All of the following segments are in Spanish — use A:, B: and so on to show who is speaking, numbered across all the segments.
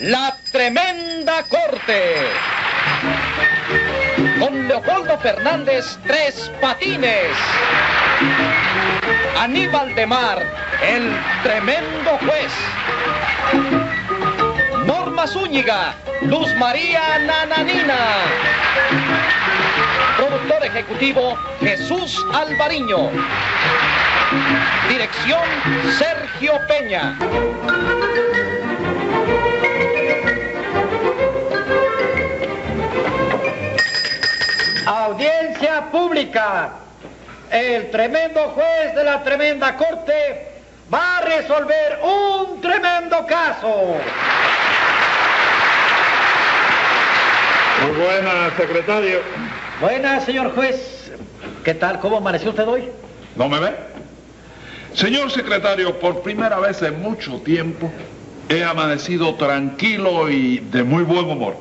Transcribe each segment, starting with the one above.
A: La Tremenda Corte. Con Leopoldo Fernández, tres patines. Aníbal de Mar, el tremendo juez. Norma Zúñiga, Luz María Nananina. Productor ejecutivo, Jesús Alvariño. Dirección, Sergio Peña.
B: Audiencia pública. El tremendo juez de la tremenda corte va a resolver un tremendo caso.
C: Muy buenas, secretario.
B: Buenas, señor juez. ¿Qué tal? ¿Cómo amaneció usted hoy?
C: ¿No me ve? Señor secretario, por primera vez en mucho tiempo he amanecido tranquilo y de muy buen humor.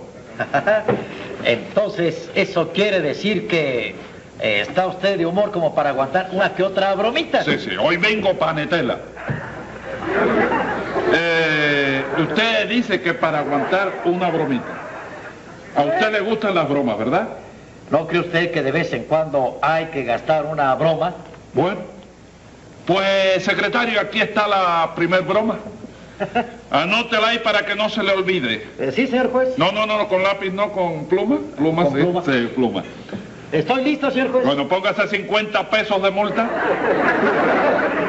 B: Entonces, eso quiere decir que eh, está usted de humor como para aguantar una que otra bromita.
C: Sí, sí, hoy vengo panetela. Eh, usted dice que para aguantar una bromita. A usted le gustan las bromas, ¿verdad?
B: ¿No cree usted que de vez en cuando hay que gastar una broma?
C: Bueno. Pues, secretario, aquí está la primer broma. Anótela ahí para que no se le olvide.
B: Eh, sí, señor juez.
C: No, no, no, no, con lápiz, no, con pluma. Pluma,
B: Con
C: sí,
B: pluma.
C: sí, pluma.
B: Estoy listo, señor juez.
C: Bueno, póngase 50 pesos de multa.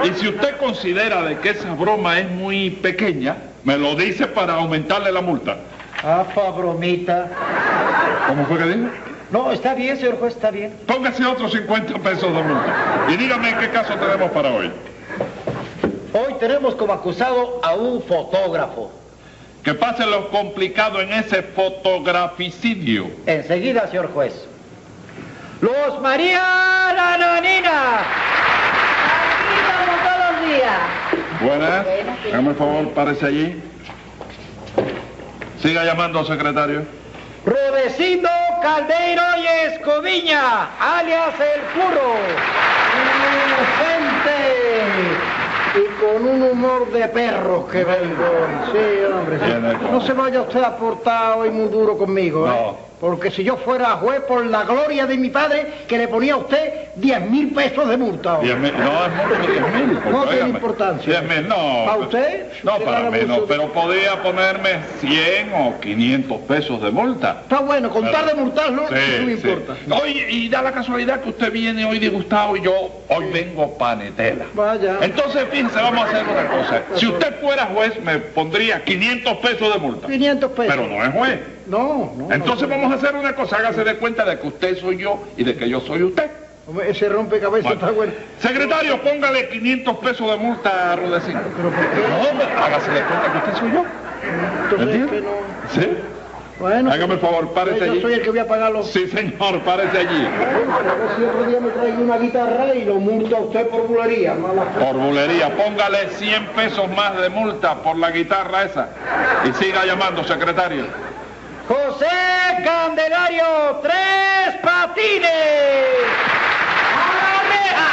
C: Y si usted considera de que esa broma es muy pequeña, me lo dice para aumentarle la multa.
B: Ah, pa bromita.
C: ¿Cómo fue que dijo?
B: No, está bien, señor juez, está bien.
C: Póngase otros 50 pesos de multa. Y dígame qué caso tenemos para hoy.
B: Hoy tenemos como acusado a un fotógrafo.
C: Que pase lo complicado en ese fotograficidio.
B: Enseguida, señor juez. Los María Nananina.
D: Aquí como todos los días.
C: Buenas. Hágame el favor, párese allí. Siga llamando, secretario.
B: Rodecindo Caldeiro y Escoviña, alias El Puro.
E: Inocente. Y con un humor de perros que vengo. hoy. Sí, hombre. sí.
C: Bien, Alfonso.
E: No se vaya usted a portar hoy muy duro conmigo, ¿eh?
C: No.
E: Porque si yo fuera juez por la gloria de mi padre, que le ponía a usted 10 mil pesos de multa. hombre.
C: Diez mil, no, es mucho, diez mil. porque,
E: No tiene
C: óigame,
E: importancia.
C: Diez mil, no.
E: ¿Para usted?
C: No,
E: Usted
C: para
E: gana
C: mí no,
E: mucho.
C: pero podía ponerme 100 o 500 pesos de multa.
E: Está bueno, con tal de multarlo,
C: Sí,
E: no me
C: sí.
E: importa.
C: Hoy, y da la casualidad que usted viene hoy disgustado y yo hoy vengo panetela.
E: Vaya.
C: Entonces, fíjense, vamos a hacer una cosa. Si usted fuera juez, me pondría 500 pesos de multa.
E: 500 pesos.
C: Pero no es juez.
E: No, no.
C: Entonces
E: no.
C: vamos a hacer una cosa, hágase de cuenta de que usted soy yo y de que yo soy usted.
E: Hombre, Ese rompecabezas está bueno.
C: Secretario, póngale 500 pesos de multa a Rudecindo.
E: Pero ¿por qué?
C: No, hombre, hágase de cuenta que usted soy yo.
E: Entonces,
C: ¿Entiende?
E: que no-
C: ¿Sí?
E: Bueno.
C: Hágame el favor, párese
E: Yo
C: allí.
E: soy el que voy a pagar los...
C: Sí, señor, párese allí.
E: A ver si otro día me trae una guitarra y lo multa a usted por bulería. mala-
C: Por bulería, póngale 100 pesos más de multa por la guitarra esa. Y siga llamando, secretario.
B: José Candelario, tres patines. ¡A la reja!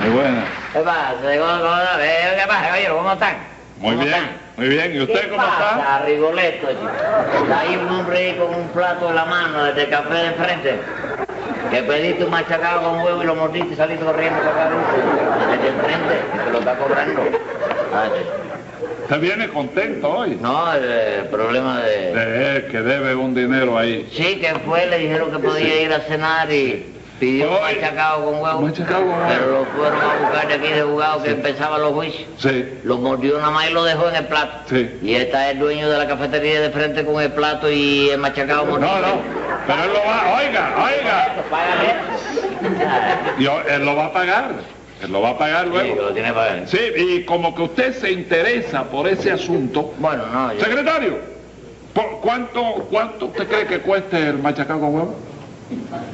C: Muy buena.
D: ¿Qué pasa? ¿Cómo, cómo, eh, ¿Qué pasa, caballero? ¿Cómo están?
C: Muy
D: ¿Cómo
C: bien,
D: están?
C: muy bien. ¿Y usted
D: ¿Qué
C: cómo está?
D: pasa, Rigoletto, chico? Está ahí un hombre ahí con un plato en la mano desde el café de enfrente. Que pediste un machacado con huevo y lo mordiste y saliste corriendo a sacar un desde enfrente que te lo está cobrando. Ah, sí.
C: Usted viene contento hoy.
D: No, el, eh, problema de...
C: De él, que debe un dinero ahí.
D: Sí, que fue, Pues le dijeron que podía ir a cenar y pidió un
C: Ay.
D: machacado con huevo.
C: Machacado con huevo.
D: Pero lo fueron a buscar de aquí de jugado que empezaban los juicios.
C: Sí.
D: Lo mordió nada más y lo dejó en el plato.
C: Sí.
D: Y está el dueño de la cafetería de frente con el plato y el machacado
C: No,
D: mordido.
C: no. Pero él lo va, oiga, oiga.
D: Págale.
C: Yo- él lo va a pagar. Él lo va a pagar
D: Sí, que
C: luego.
D: lo tiene que pagar.
C: Sí, y como que usted se interesa por ese asunto,
D: Bueno, no, yo...
C: Secretario, ¿por ¿cuánto, ¿cuánto usted cree que cueste el machacado con huevo?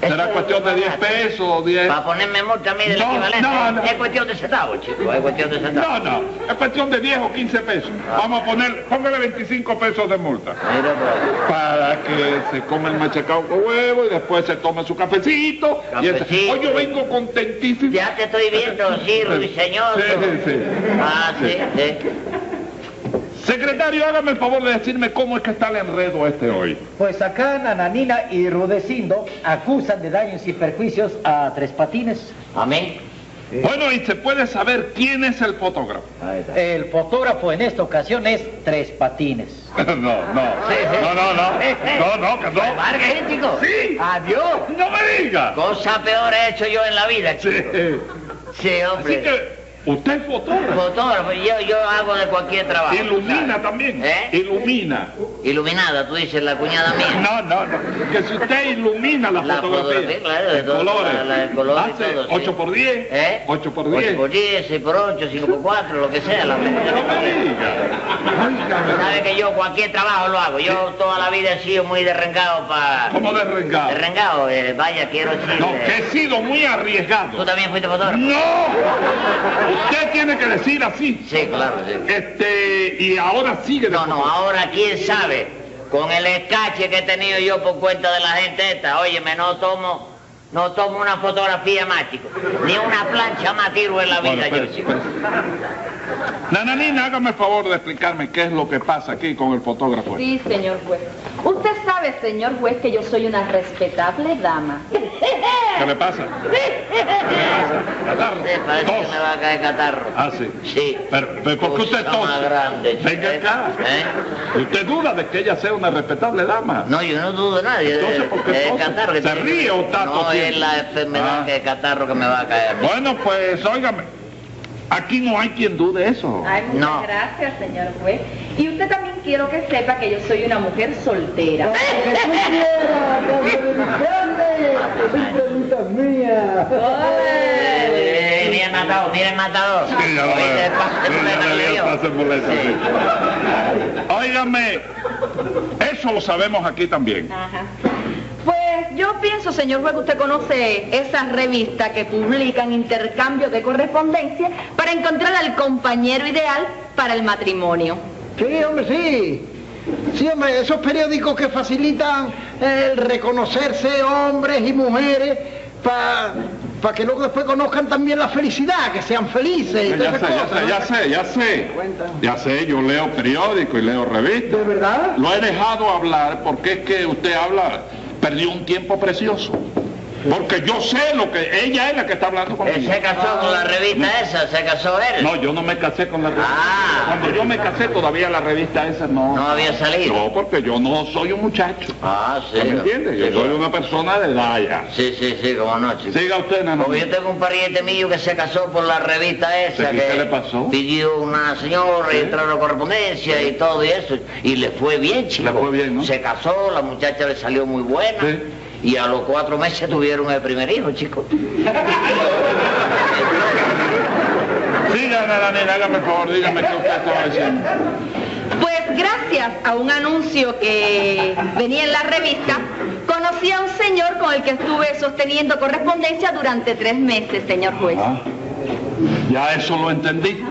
C: ¿Será
D: Eso
C: cuestión de
D: es
C: 10
D: barato.
C: pesos o 10?
D: Para ponerme multa a mí del
C: No,
D: equivalente.
C: no, no.
D: Es cuestión de centavos, chico. Es cuestión de centavos.
C: No, no, es cuestión de 10 o 15 pesos. Vamos a poner, póngale 25 pesos de multa.
D: Mira, pues,
C: Para que se coma el machacado con huevo y después se tome su cafecito. y esta-
D: Cafecito.
C: Hoy yo vengo contentísimo.
D: Ya te estoy viendo, Ah, sí, ruiseñor.
C: Sí, sí, sí.
D: Ah, sí, sí.
C: Secretario, hágame el favor de decirme cómo es que está el enredo este hoy.
B: Pues acá Nananina y Rudecindo acusan de daños y perjuicios a Tres Patines.
D: Amén.
C: Bueno, y se puede saber quién es el fotógrafo.
D: Ahí está.
B: El fotógrafo en esta ocasión es Tres Patines.
C: No, no, no, no, no, no, no, que
D: ¿Me
C: no.
D: largues, ¿eh, chico?
C: Sí.
D: Adiós.
C: No me diga.
D: Cosa peor he hecho yo en la vida,
C: Sí.
D: chico. Sí, hombre.
C: Así que usted es fotógrafo.
D: Fotógrafo, yo, yo hago de cualquier trabajo.
C: Ilumina también.
D: ¿Eh?
C: Ilumina.
D: Iluminada, tú dices, la cuñada mía.
C: No, no, no. Que si usted ilumina la,
D: La fotografía, claro, de
C: en
D: todo,
C: colores.
D: la- la de colores y
C: Hace
D: todo, sí.
C: 8 por 10.
D: ¿Eh?
C: 8 por 10.
D: 8 por 10, 6 por 8, 5 por 4, lo que sea. La
C: No me diga.
D: Sabe que yo cualquier trabajo lo hago. Yo toda la vida he sido muy derrengado para...
C: ¿Cómo derrengado?
D: Derrengado, eh, vaya, quiero decir...
C: No,
D: eh,
C: que he sido muy
D: ¿Tú
C: arriesgado.
D: también fuiste fotógrafo?
C: ¡No! Usted tiene que decir así.
D: Sí, claro, sí.
C: Este, y ahora sigue. de
D: No, no,
C: fotógrafo.
D: ahora quién sabe, con el escache que he tenido yo por cuenta de la gente esta, óyeme, no tomo, no tomo una fotografía más, chico. Ni una plancha más tiro en la
C: Bueno,
D: vida yo,
C: espérese,
D: chico.
C: espérese. Nananina, hágame el favor de explicarme qué es lo que pasa aquí con el fotógrafo. este.
F: Sí, señor juez. Usted sabe, señor juez, que yo soy una respetable dama.
C: ¿Qué le pasa? Catarro.
D: Sí, Eh, parece que
C: Tos.
D: me va a caer catarro.
C: Ah, sí.
D: Sí.
C: Pero, pero ¿por qué usted
D: Cosa más
C: tose?
D: grande, chico.
C: Venga acá.
D: ¿Eh?
C: ¿Y ¿Usted duda de que ella sea una respetable dama?
D: No, yo no dudo de nadie.
C: Entonces,
D: eh,
C: ¿por qué
D: eh,
C: tose?
D: catarro que
C: ¿Se
D: tiene-
C: ríe o está
D: No,
C: tosiendo?
D: es la enfermedad
C: Ah.
D: que es catarro que me va a caer.
C: Bueno, pues, óigame. Aquí no hay quien dude eso.
F: Ay, muchas
D: No.
F: gracias, señor juez. Y usted también quiero que sepa que yo soy una mujer soltera.
D: Eh, Mira el matador, mira el matador.
C: Sí, ya lo
D: Oíste,
C: veo.
D: pa-
C: Sí, ya
D: me
C: me veo,
D: dio.
C: está molesta,
D: Sí.
C: sí. Óigame, eso lo sabemos aquí también.
F: Ajá. Pues yo pienso, señor juez, que usted conoce esas revistas que publican intercambios de correspondencia para encontrar al compañero ideal para el matrimonio.
E: Sí, hombre, sí. Sí, hombre, esos periódicos que facilitan el eh, reconocerse hombres y mujeres para que luego después conozcan también la felicidad, que sean felices. y
C: Ya
E: todas
C: sé,
E: esas
C: ya
E: cosas,
C: sé,
E: ¿no?
C: ya sé, ya sé.
E: Cuenta.
C: Ya sé, yo leo periódico y leo revistas.
E: ¿De verdad?
C: Lo he dejado hablar porque es que usted habla, perdió un tiempo precioso. Porque yo sé lo que, ella es la que está hablando
D: Él
C: conmigo.
D: se casó con la revista esa, se casó él.
C: No, yo no me casé con la revista.
D: Ah.
C: Cuando yo me casé todavía la revista esa no.
D: No había salido.
C: No, porque yo no soy un muchacho.
D: Ah, sí.
C: ¿Me entiende? Yo
D: Sí,
C: soy
D: claro.
C: una persona de Daya.
D: Sí, sí, sí, como no, chico.
C: Siga usted, Nano.
D: Porque yo tengo un pariente mío que se casó por la revista esa.
C: ¿Sí?
D: que
C: ¿Qué le pasó?
D: Pidió una señora y entraron correspondencia y todo y eso. Y le fue bien, chico.
C: Le fue bien, ¿no?
D: Se casó, la muchacha le salió muy buena.
C: Sí.
D: Y a los cuatro meses tuvieron el primer hijo, chico.
C: Siga, Nananina, hágame el favor, dígame qué usted estaba diciendo.
F: Pues gracias a un anuncio que venía en la revista, conocí a un señor con el que estuve sosteniendo correspondencia durante tres meses, señor juez.
C: Ah, ya eso lo entendí.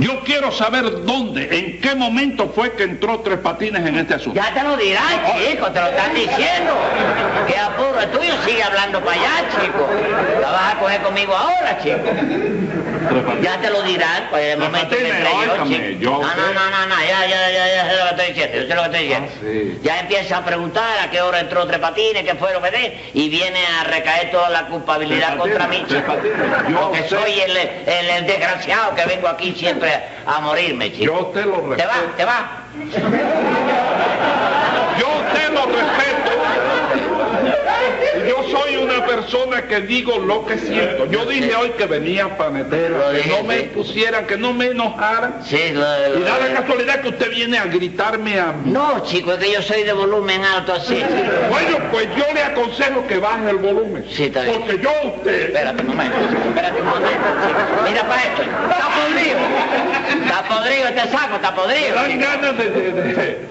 C: Yo quiero saber dónde, en qué momento fue que entró Tres Patines en este asunto.
D: Ya te lo dirán, chico, te lo están diciendo. Qué apuro es tuyo, sigue hablando para allá, chico. La vas a coger conmigo ahora, chico.
C: Tres Patines.
D: Ya te lo dirán, pues en el
C: Los
D: momento que
C: patines,
D: entre yo,
C: óigame,
D: chico.
C: yo
D: No, no,
C: sé.
D: no, no, no, ya, ya, ya, ya sé lo que estoy diciendo, yo sé lo que estoy diciendo.
C: sí.
D: Ya empieza a preguntar a qué hora entró Tres Patines, qué fue lo que dé, y viene a recaer toda la culpabilidad
C: Tres
D: contra mí,
C: Patines,
D: chico.
C: Tres Patines, yo
D: Porque
C: sé.
D: soy el, el- el desgraciado que vengo aquí siempre a morirme,
C: Yo
D: chico.
C: a usted lo
D: Te
C: respeto.
D: vas, te vas.
C: Yo a usted lo respeto. Y Yo soy una persona que digo lo que siento. Yo dije hoy que venía panetero, que no me pusieran, que no me enojaran.
D: Sí, lo,
C: Y da
D: lo-
C: la casualidad que usted viene a gritarme a mí.
D: No, chico, es que yo soy de volumen alto así.
C: Bueno, pues yo le aconsejo que baje el volumen.
D: Sí, está bien.
C: Porque yo a usted...
D: Espérate un momento, espérate un momento, chico. Mira para esto, está podrido. Está podrido este saco, está
C: Me
D: podrido.
C: dan ganas de, de- de-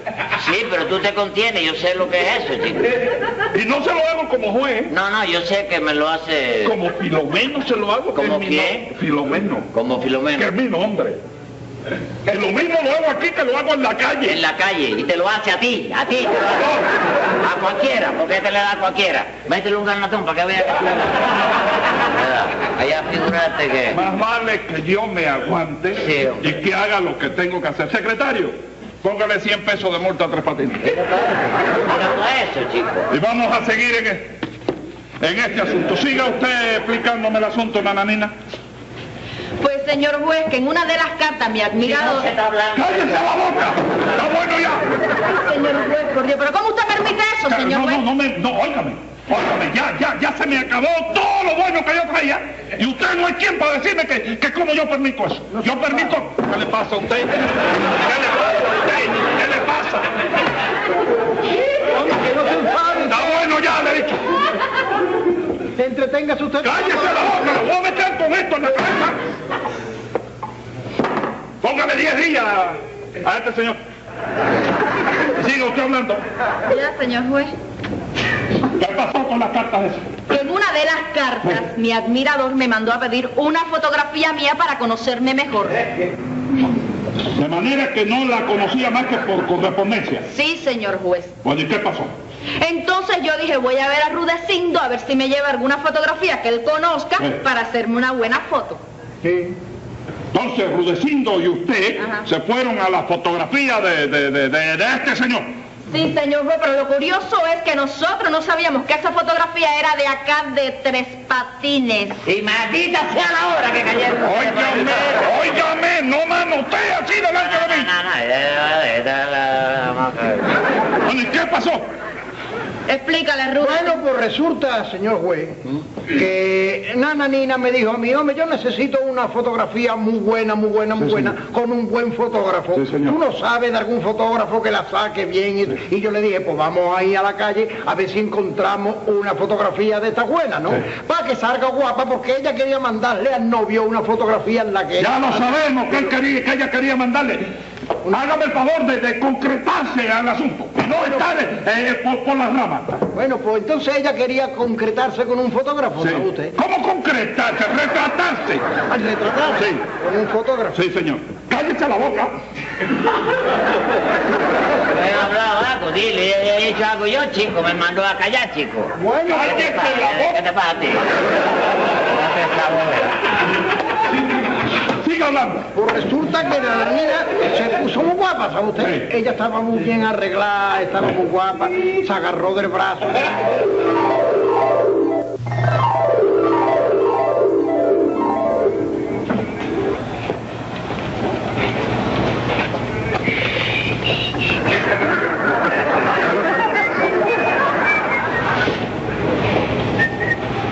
D: Sí, pero tú te contienes, yo sé lo que es eso, chico.
C: Y no se lo hago como juez,
D: No, no, yo sé que me lo hace
C: como Filomeno se lo hago. que
D: ¿Como
C: es mi
D: quién?
C: nombre. Filomeno,
D: como
C: que es
D: Filomeno.
C: mi nombre. Que lo mismo lo hago aquí que lo hago en la calle.
D: en la calle y te lo hace a ti, a ti, te lo hace. a cualquiera, porque este le da a cualquiera. Métele un garnatón para que vea que tú le das. ¿Verdad? Allá figurarte que...
C: Más vale que yo me aguante
D: Sí, hombre.
C: y que haga lo que tengo que hacer. Secretario, póngale 100 pesos de multa a Tres Patines.
D: Mira todo eso, chico.
C: Y vamos a seguir en, e- en este asunto. Siga usted explicándome el asunto, nananina.
F: Pues, señor juez, que en una de las cartas mi admirado...
D: No se está hablando.
C: ¡Cállese la boca! ¡Está bueno ya!
F: Señor juez, por Dios, pero ¿cómo usted permite eso,
C: Ca-
F: señor
C: No,
F: juez?
C: no, no, me, no, óigame. Óigame, ya, ya, ya se me acabó todo lo bueno que yo traía. Y usted no hay quien para decirme que, que cómo yo permito eso. Yo permito... ¿Qué le pasa a usted? ¿Qué le pasa a usted? ¿Qué le pasa?
E: Que no se enfade,
C: Está bueno ya, le he dicho.
E: entreténgase usted.
C: ¡Cállese la boca! ¡Lo voy a meter con esto en la cabeza! Póngale 10 días a este señor. Y Siga usted hablando.
F: Ya, señor juez.
C: ¿Qué pasó con las cartas esas?
F: Que en una de las cartas mi admirador me mandó a pedir una fotografía mía para conocerme mejor.
C: Eh. De manera que no la conocía más que por correspondencia.
F: Sí, señor juez.
C: Bueno, ¿y qué pasó?
F: Entonces yo dije, voy a ver a Rudecindo a ver si me lleva alguna fotografía que él conozca
C: Sí.
F: para hacerme una buena foto.
C: Entonces, Rudecindo y usted
F: Ajá.
C: se fueron a la fotografía de, de- de- de- de este señor.
F: Sí, señor juez, pero lo curioso es que nosotros no sabíamos que esa fotografía era de acá de Tres Patines.
D: Y maldita sea la hora que cayeron.
C: Óigame, óigame, no manotea así delante de
D: No,
C: mí.
D: no, no, eh, eh, eh,
C: Bueno, ¿y qué pasó?
F: Explícale, Rude.
E: Bueno, pues resulta, señor juez, que Nana Nina me dijo a mí, hombre, yo necesito una fotografía muy buena, muy buena, muy buena, con un buen fotógrafo.
C: Sí, señor.
E: Tú no sabes de algún fotógrafo que la saque bien. Y, y yo le dije, pues vamos ahí a la calle a ver si encontramos una fotografía de esta buena, ¿no?
C: Sí.
E: Para que salga guapa, porque ella quería mandarle al novio una fotografía en la que...
C: Ya lo sabemos que, él quería, que ella quería mandarle. Hágame el favor de, de concretarse al asunto. y No estar eh, eh, por, por las ramas.
E: Bueno, pues entonces ella quería concretarse con un fotógrafo,
C: Sí.
E: ¿sabe usted?
C: ¿Cómo concretarse? ¿Retratarse?
E: Al retratarse
C: Sí.
E: con un fotógrafo.
C: Sí, señor. Cállese la boca.
D: Yo he hablado algo, dile, he hecho algo yo, chico, me mandó a callar, chico.
E: Bueno,
D: ¿Qué
C: Cállese
D: te
C: la
D: pasa?
C: boca.
D: ¿Qué te pasa a ti? No te está bola.
C: Siga hablando.
E: Pues resulta que la niña se puso muy guapa, ¿sabe usted?
C: Sí.
E: Ella estaba muy bien arreglada, estaba muy guapa, se agarró del brazo.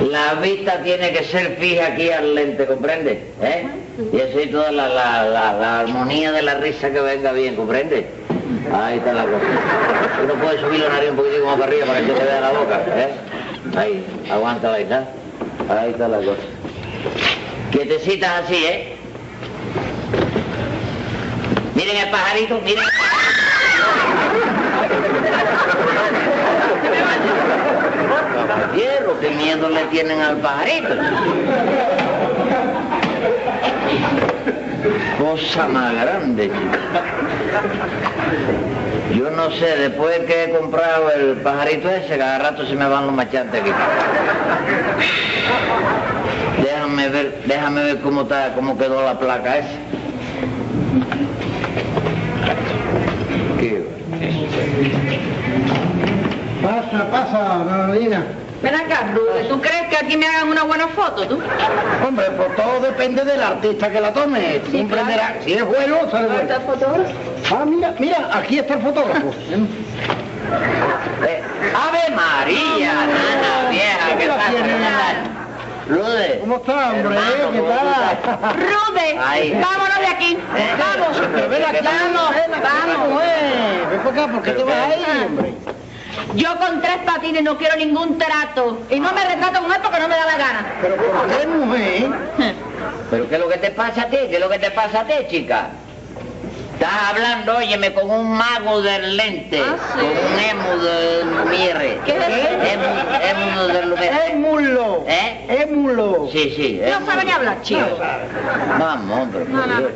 D: La vista tiene que ser fija aquí al lente, ¿comprendes? ¿Eh? Y así toda la, la, la, la armonía de la risa que venga bien, ¿comprendes? Ahí está la cosa. Uno puede subir la nariz un poquitito más para arriba para que se te vea la boca, ¿eh? Ahí, aguanta ahí, ¿está? Ahí está la cosa. Quietecitas así, ¿eh? Miren el pajarito, miren. Hierro, qué miedo le tienen al pajarito. Cosa más grande, chico. Yo no sé, después que he comprado el pajarito ese, cada rato se me van los machantes aquí. Déjame ver, déjame ver cómo está, cómo quedó la placa esa. Qué-
E: Pasa, pasa, nananina.
F: Ven acá, Rude. ¿Tú crees que aquí me hagan una buena foto, tú?
E: Hombre, pues todo depende del artista que la tome.
F: Sí,
E: Comprenderá.
F: claro.
E: Si es bueno, sale bueno.
F: fotógrafo?
E: Ah, mira, mira, aquí está el fotógrafo.
D: Eh, Ave María, nana vieja, ¿qué
E: ¿Cómo la
D: pasa?
E: tiene?
D: Lude.
E: ¿Cómo está, hombre?
D: hermano, ¿cómo
E: ¿Qué
D: tú estás?
E: tal?
F: Rude,
D: Ay.
F: vámonos de aquí.
D: Eh,
F: Vamos.
D: pero ven aquí,
F: Vamos,
E: Vamos,
F: vamos.
E: güey. Ven para acá, ¿por qué te
D: Pero
E: vas
D: ven.
E: ahí, hombre?
F: Yo con tres patines no quiero ningún trato. Y no me retrato con él porque no me da la gana.
E: Pero ¿por qué, mujer?
D: ¿Pero qué es lo que te pasa a ti? ¿Qué es lo que te pasa a ti, chica? Estás hablando, óyeme, con un mago del lente,
F: Ah, sí.
D: con un emu de Lumiere.
F: ¿Qué es eso?
D: Emu, emu de Lumiere.
E: Émulo.
D: ¿Eh?
E: Émulo.
D: Sí, sí.
F: No
D: emu.
F: sabe ni hablar, chico.
D: Vamos, hombre, por
F: No, no, no.
D: Dios.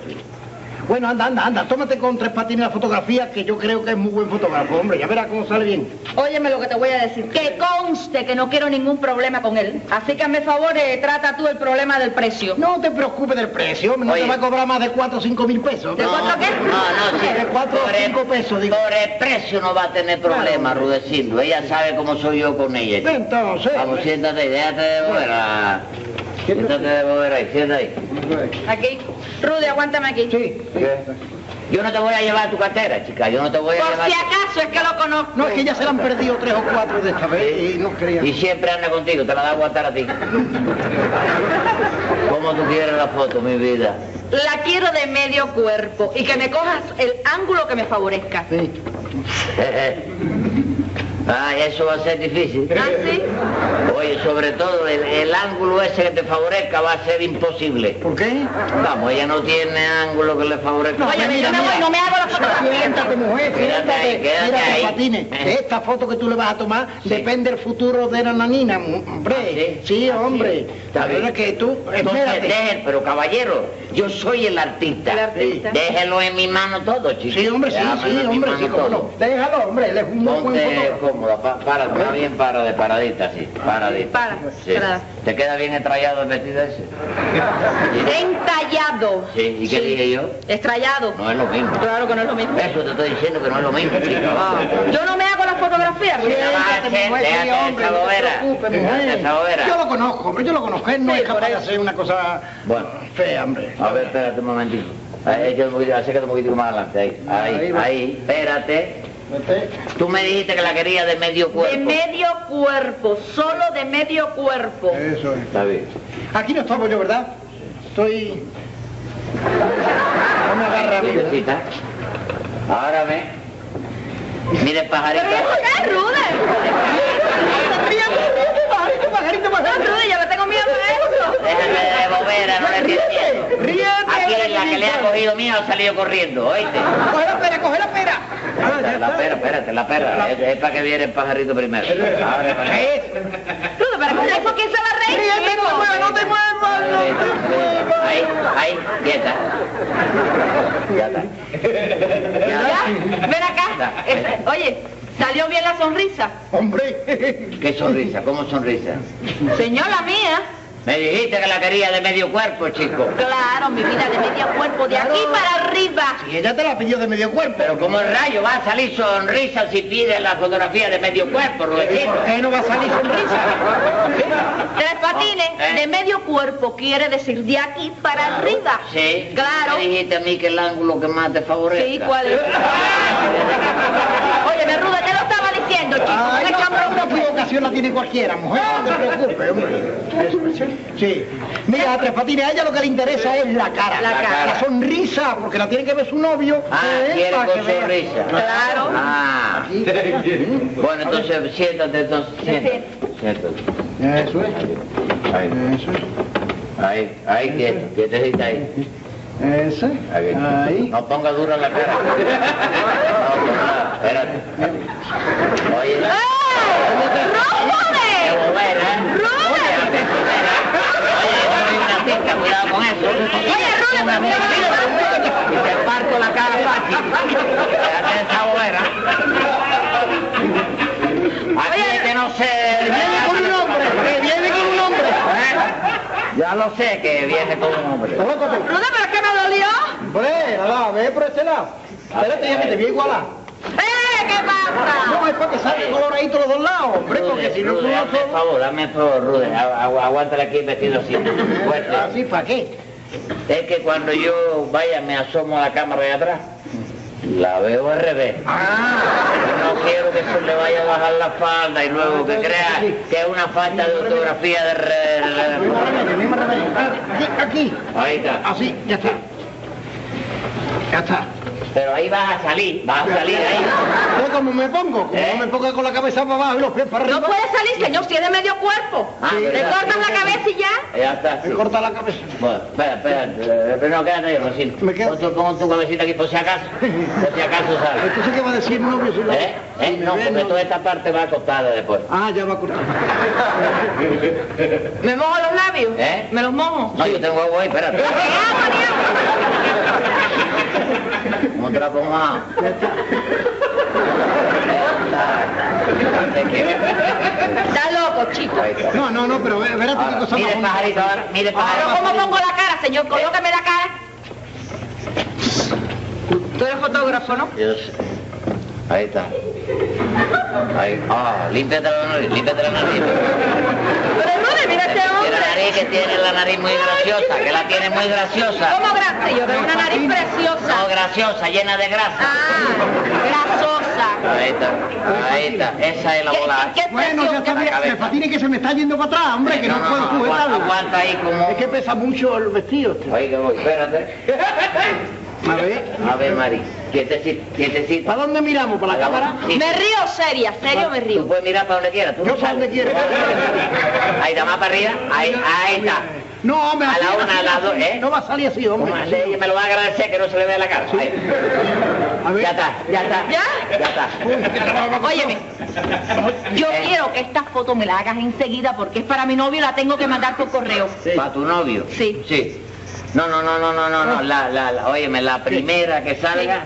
E: Bueno, anda, anda, anda, tómate con tres patines la fotografía, que yo creo que es muy buen fotógrafo, hombre, ya verás cómo sale bien.
F: Óyeme lo que te voy a decir. Que conste que no quiero ningún problema con él. Así que hazme favor, eh, trata tú el problema del precio.
E: No te preocupes del precio, hombre, no
D: Oye.
E: te va a cobrar más de 4 o 5 mil pesos.
F: ¿De cuánto qué?
D: No, no, sí.
E: De cuatro o
D: Por el-
E: cinco pesos, digo.
D: Por el precio no va a tener problema, Rudecindo. Ella sabe cómo soy yo con ella. chico.
E: Entonces,
D: Vamos, siéntate, déjate de mover. ah. Siéntate de mover ahí, siéntate ahí.
F: Aquí. Rudy, aguántame aquí.
E: sí.
D: Yo no te voy a llevar tu cartera, chica. Yo no te voy a
F: Por
D: llevar.
F: si acaso es que lo conozco.
E: No, es que ya se le han perdido tres o cuatro de esta vez y no crean.
D: Y siempre anda contigo, te la da a aguantar a ti. ¿Cómo tú quieres la foto, mi vida?
F: La quiero de medio cuerpo y que me cojas el ángulo que me favorezca.
E: Sí.
D: Ay, Ah, eso va a ser difícil.
F: ¿Ah, sí?
D: Oye, sobre todo, el, el ángulo ese que te favorezca va a ser imposible.
E: ¿Por qué?
D: Vamos, ella no tiene ángulo que le favorezca.
F: Óyeme, yo
E: mira,
F: me voy,
E: mira.
F: no me hago las fotografías.
E: Siéntate, mujer,
D: Quédate ahí,
E: siéntate.
D: quédate
E: Mira
D: ahí.
E: los patines.
D: Eh.
E: De Esta foto que tú le vas a tomar depende el futuro de la nanina, hombre.
D: Ah, sí.
E: Sí,
D: Ah, sí.
E: hombre.
D: Está
E: La verdad
D: bien.
E: es que tú,
D: Entonces,
E: espérate.
D: deje- pero caballero, yo soy el artista.
F: El artista.
D: Déjelo en mi mano todo, chico.
E: Sí, hombre, sí,
D: Déjamelo
E: sí,
D: en mi
E: hombre,
D: mano
E: sí, cómo no.
D: todo.
E: Déjalo, hombre, él es un muy buen
D: Ponte
E: fotógrafo.
D: cómoda, pa- para, está bien para de paradita, sí, paradita.
F: Para,
D: Sí.
F: para.
D: ¿Te queda bien estrellado el vestido ese?
F: Entallado.
D: Sí, ¿y qué dije yo?
F: Estrellado.
D: No es lo mismo.
F: Claro que no es lo mismo.
D: Eso te estoy diciendo que no es lo mismo, chico.
E: Ah.
F: Yo no me hago las fotografías.
D: Déjate,
F: porque-
E: mujer, sí,
D: déjate
E: hombre,
D: esa
E: no te
D: bobera.
E: preocupes, mujer.
D: Déjate esa bobera.
E: Yo lo conozco, hombre, yo lo conozco. Él no
F: Sí,
E: es capaz
F: por
E: de
F: eso.
E: hacer una cosa
D: Bueno,
E: fea, hombre.
D: a ver, espérate un momentito. Ahí, échate un poquitito, acércate un poquitico más adelante, ahí,
E: Ahí
D: ahí,
E: va.
D: ahí, espérate.
E: Vete.
D: Tú me dijiste que la quería de medio
F: De
D: cuerpo.
F: medio cuerpo, solo de medio cuerpo.
E: Eso es.
D: Está bien.
E: Aquí no estamos yo, ¿verdad? Estoy... No me agarra a mí, ¿verdad?
D: Cuidadita. Ahora ve. Mire, pajarito.
F: Pero eso ya es ruda.
E: Pajarito, pajarito,
F: No,
E: pajarito.
F: Rudy, yo le tengo miedo a eso.
D: Déjame de bobera, no le entiendo.
E: ¡Ríete! ¡Ríete!
D: Aquí es la que le ha cogido miedo ha salido corriendo, oíste.
E: ¡Coge la pera, coge la pera! Ah, ya
D: La
E: está.
D: pera, espérate, la pera. Es, es para que viene el pajarito primero. Ahora, para
E: ¿Qué es?
F: Rudy, pero con eso quién se va a reír.
E: ¡Ríete, no te
F: chico?
E: muevas, no te muevas, no te muevas!
D: Ahí, ahí, quieta. Ya está. Ya
F: Ya,
D: está.
F: ven acá. Eh, Oye, ¿salió bien la sonrisa?
E: ¡Hombre!
D: Qué sonrisa, cómo sonrisa.
F: Señora mía.
D: Me dijiste que la quería de medio cuerpo, chico.
F: Claro, mi vida, de medio cuerpo, de aquí para arriba.
E: Y ella te la pidió de medio cuerpo.
D: Pero como el rayo va a salir sonrisa si pide la fotografía de medio cuerpo, Rudecindo?
E: ¿Por qué no va a salir sonrisa?
F: Tres patines,
D: Ah, eh.
F: de medio cuerpo, quiere decir de aquí para arriba.
D: Sí.
F: Claro.
D: Me dijiste a mí que el ángulo que más te favorece.
F: Sí, ¿cuál es? Oye, me ruda, te lo estaba diciendo, chico.
E: Ay,
F: no
E: no,
F: me
E: pero una
F: chambro.
E: equivocación la tiene cualquiera, mujer. No te preocupes, hombre. Sí. Mira, a Tres Patines, a ella lo que le interesa es la cara.
F: La
D: cara.
E: La sonrisa, porque la tiene que ver su novio.
D: Ah,
E: eh,
D: quiere
E: para que
D: con
E: vea.
D: sonrisa.
F: Claro.
D: Ah.
E: pues,
D: Bueno, entonces siéntate, entonces. Siéntate. siéntate.
E: Eso es.
D: Ahí,
E: Eso es.
D: ahí, ahí, quieto, quietecita ahí.
E: Eso es.
D: Ahí.
E: Ahí.
D: No ponga dura la cara. No, pues nada, espérate. Oye, qué
F: ¡Rude!
D: bobera, ¿eh?
F: ¡Rude!
D: Oye, no hay una tinta, cuidado con eso.
F: Oye, Rude,
D: Una
F: pero mira,
D: mordida Y te parto la cara fácil. Espérate esa bobera. Aquí es que no
E: Que viene con un
D: sé.
E: hombre, que viene con un hombre.
D: ¿eh? Ya lo sé que viene con un hombre.
E: Colócate.
F: Rude, ¿pero qué me dolió?
E: Hombre, ala, ve por este lado. Espérate, ya que te voy a igualar.
F: ¡Eh, qué
E: No,
F: pasa!
E: es para que salga coloradito los dos lados, hombre, porque si no es
D: Rude,
E: uno
D: hazme el
E: solo.
D: favor, hazme el favor, Rude. Agu- agu- Aguántale aquí el vestido así, fuerte.
E: Así, ¿para qué?
D: Es que cuando yo vaya me asomo a la cámara de atrás, la veo al revés.
E: Ah.
D: No quiero que se le vaya a bajar la falda y luego
E: Ah,
D: que crea que es una falta de ortografía de... re- re-
E: Mismo
D: re-
E: remedio, mismo remedio. Ah, Aquí,
D: Ahí está.
E: así, Ah, ya está. Ya está.
D: Pero ahí vas a salir, vas a salir ahí.
E: ¿Ves cómo me pongo? Como
D: ¿Eh?
E: no me ponga con la cabeza para abajo y los pies para
F: No
E: arriba,
F: puede salir, señor, si es de medio cuerpo.
D: Ah,
F: Le
D: ¿verdad?
F: cortas la cabeza y ya.
D: Ya está. sí.
E: me corta la cabeza.
D: Bueno, espera, espera, eh, pero no, quédate ahí, Rocín.
E: Me quedo.
D: Pon tu, pon tu cabecita aquí por si acaso, por si acaso sale.
E: Entonces, ¿qué va a decir novio si lo...
D: ¿Eh? ¿Eh?
E: si me
D: No,
E: ve,
D: porque
E: no?
D: toda esta parte va acostada después.
E: Ah, ya va a cortar.
F: ¿Me mojo los labios?
D: ¿Eh?
F: ¿Me los mojo?
D: No, yo tengo agua ahí, espérate.
F: ¡Ni agua, ni agua!
D: un trapo más. ¿Te quieres?
F: Está loco, chico.
D: Ahí está.
E: No, no, no, pero ve- verás qué
D: Ahora,
E: cosa
D: mire,
E: más
D: pajarito, ahora, mire,
F: Pero
D: pajarito.
F: ¿cómo pongo la cara, señor? Colócame la cara. Tú eres fotógrafo, ¿no?
D: Yo sé. Ahí está. Ahí. Ah, límpiate la nariz, límpiate la nariz.
F: Pero Rudy, mira este
D: Tiene la
F: hombre.
D: nariz que tiene la nariz muy graciosa, que la tiene muy graciosa.
F: ¿Cómo grasa? Yo veo una nariz
D: No,
F: preciosa.
D: graciosa, llena de grasa.
F: Ah, grasosa.
D: Ahí está, ahí está. Esa es la
F: ¿Qué-
D: bola.
F: qué- qué
E: Bueno, ya
F: expresión
E: está
F: que-
E: bien,
D: cabeza.
E: que patine que se me está yendo para atrás, hombre, que no, puedo
D: aguanta,
E: sujetarlo.
D: aguanta ahí como...
E: Es que pesa mucho el vestido. tío.
D: Ahí que voy, espérate.
E: A ver,
D: A ver, Mari, quietecito, quietecito.
E: ¿para dónde miramos? ¿Para la cámara?
D: Sí.
F: Me río seria, serio me
D: Tú
F: río.
D: puedes mirar para donde quieras. Tú
E: Yo
D: no
E: para donde
D: sabes.
E: quiera.
D: Ahí está, más para arriba. Ahí, ahí está.
E: No, hombre,
D: A la
E: así,
D: una,
E: así,
D: a las
E: así.
D: dos, ¿eh?
E: No va a salir así, hombre.
D: Como así, y me lo va a agradecer que no se le vea la cara. Ahí.
E: A ver.
D: Ya está, ya está.
F: ¿Ya?
D: Ya está.
F: Óyeme, yo
D: Eh.
F: quiero que esta foto me la hagas enseguida porque es para mi novio y la tengo que mandar por correo.
D: ¿Para tu novio?
F: Sí. Ah.
D: Sí. No, no, no, no, no, no, no. La, la, la, óyeme, la primera que salga,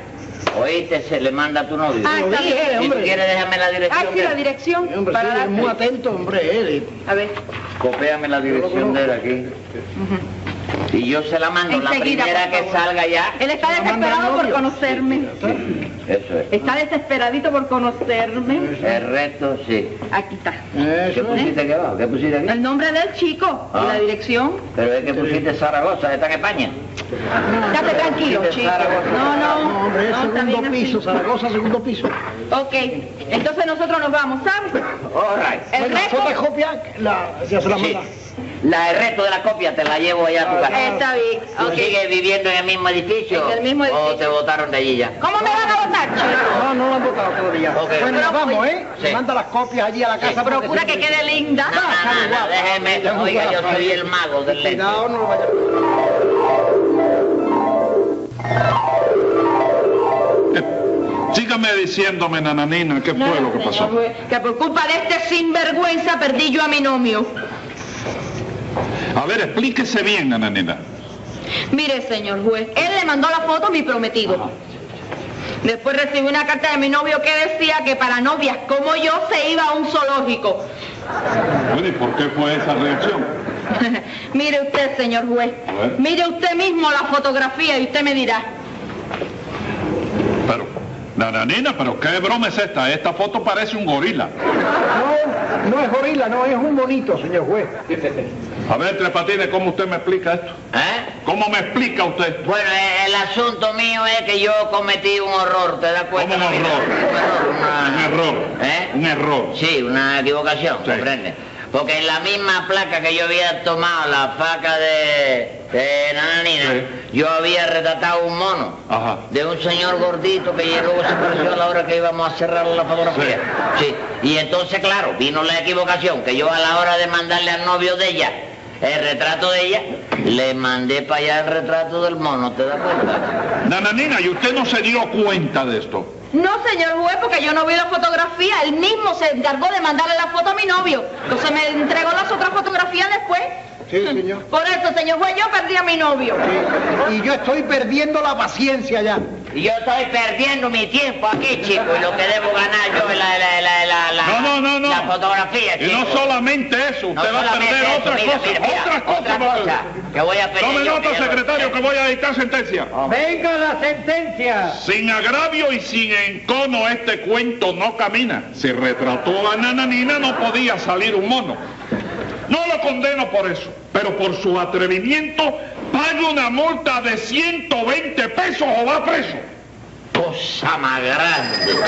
D: oíste, se le manda a tu novio.
F: Ah, está
E: dije,
F: bien.
D: si tú
E: hombre.
D: quieres, déjame la dirección.
F: Aquí la
D: de él.
E: Sí,
F: dirección
E: Hombre,
F: para
E: sí, es
F: darte.
E: muy atento, hombre, él. eh.
F: A ver,
D: Copéame la dirección de él aquí. Y yo se la mando, la
F: Enseguida,
D: primera
F: por
D: que
F: favor.
D: salga ya.
F: él está
E: la manda
F: desesperado
E: al
F: por
E: novio.
F: conocerme.
D: Eso es.
F: Está desesperadito por conocerme.
D: El resto, sí.
F: Aquí está.
D: ¿Qué
E: Eso es.
D: pusiste que va? ¿Qué pusiste aquí?
F: El nombre del chico y
D: Ah.
F: la dirección.
D: Pero es que pusiste Zaragoza, está en España.
F: Estate tranquilo,
D: Sí, de
F: chico.
D: Zaragoza.
F: No, no.
E: No, hombre, es
F: no, está
E: segundo
F: bien así.
E: piso, Zaragoza, segundo piso.
F: Ok, entonces nosotros nos vamos, ¿sabes?
D: All right.
F: El
E: Bueno, la
F: récord.
E: fotocopia, la, ya se la
D: Sí.
E: manda.
D: La, el resto de la copia te la llevo allá a tu casa.
F: Está bien.
D: ¿Tú
F: ok.
D: sigues viviendo en el mismo edificio?
F: En el mismo
D: ¿O
F: edificio.
D: te votaron de allí ya?
F: ¿Cómo me van a votar, chico?
E: Ah, No, no la han votado todavía.
D: Ok.
E: Bueno,
D: Pero,
E: vamos,
F: oye,
E: ¿eh?
D: sí.
E: Se Manda las copias allí a la casa. porque
F: Procura que
E: siempre-
F: quede linda.
D: No, no, no, no,
E: Ya
D: déjeme.
E: muy
D: Oiga, yo
E: guapa.
D: soy el mago del lente.
E: Cuidado, Ah, no lo vaya
C: Sígame diciéndome, nananina, qué fue lo que pasó.
F: Que por culpa de este sinvergüenza perdí yo a mi novio.
C: A ver, explíquese bien, nananina.
F: Mire, señor juez, él le mandó la foto a mi prometido. Después recibí una carta de mi novio que decía que para novias como yo se iba a un zoológico.
C: Bueno, ¿y por qué fue esa reacción?
F: Mire usted, señor juez,
C: A ver.
F: mire usted mismo la fotografía y usted me dirá.
C: Pero, nananina, pero qué broma es esta. Esta foto parece un gorila.
E: No, no es gorila, no, es un bonito, señor juez.
C: A ver, Tres Patines, ¿cómo usted me explica esto?
D: ¿Eh?
C: ¿Cómo me explica usted?
D: Bueno, eh, el asunto mío es que yo cometí un horror, ¿te das cuenta?
C: ¿Cómo un
D: Mira,
C: horror?
D: Un error,
C: Un
D: una-
C: error.
D: ¿Eh?
C: Un error.
D: Sí, una equivocación,
C: Sí.
D: comprende. Porque en la misma placa que yo había tomado, la faca de, de Nananina,
C: Sí.
D: yo había retratado un mono
C: Ajá.
D: de un señor gordito que luego se apareció a la hora que íbamos a cerrar la fotografía. Sí. Y entonces, claro, vino la equivocación, que yo a la hora de mandarle al novio de ella el retrato de ella, le mandé para allá el retrato del mono, ¿te das cuenta?
C: Nananina, ¿y usted no se dio cuenta de esto?
F: No, señor juez, porque yo no vi la fotografía. Él mismo se encargó de mandarle la foto a mi novio. Entonces me entregó las otras fotografías después.
E: Sí, señor.
F: Por eso, señor juez, yo perdí a mi novio.
E: Y yo estoy perdiendo la paciencia ya.
D: Y yo estoy perdiendo mi tiempo aquí, chico, y lo que debo ganar yo es la, la, la, la, la-
C: No, no, no, no.
D: la fotografía,
C: Y no
D: chico.
C: solamente eso,
D: No
C: usted va a
D: solamente
C: perder
D: eso,
C: otra
D: mira,
C: cosa,
D: mira, mira,
C: otra cosa.
D: otra
C: va a
D: cosa
C: perder.
D: que voy a perder
C: Tome
D: yo,
C: nota,
D: que yo-
C: secretario, que voy a dictar sentencia.
B: Venga la sentencia.
C: Sin agravio y sin encono este cuento no camina. Si retrató a Nananina no podía salir un mono. No lo condeno por eso, pero por su atrevimiento pague una multa de 120 pesos o va preso.
D: Cosa más grande.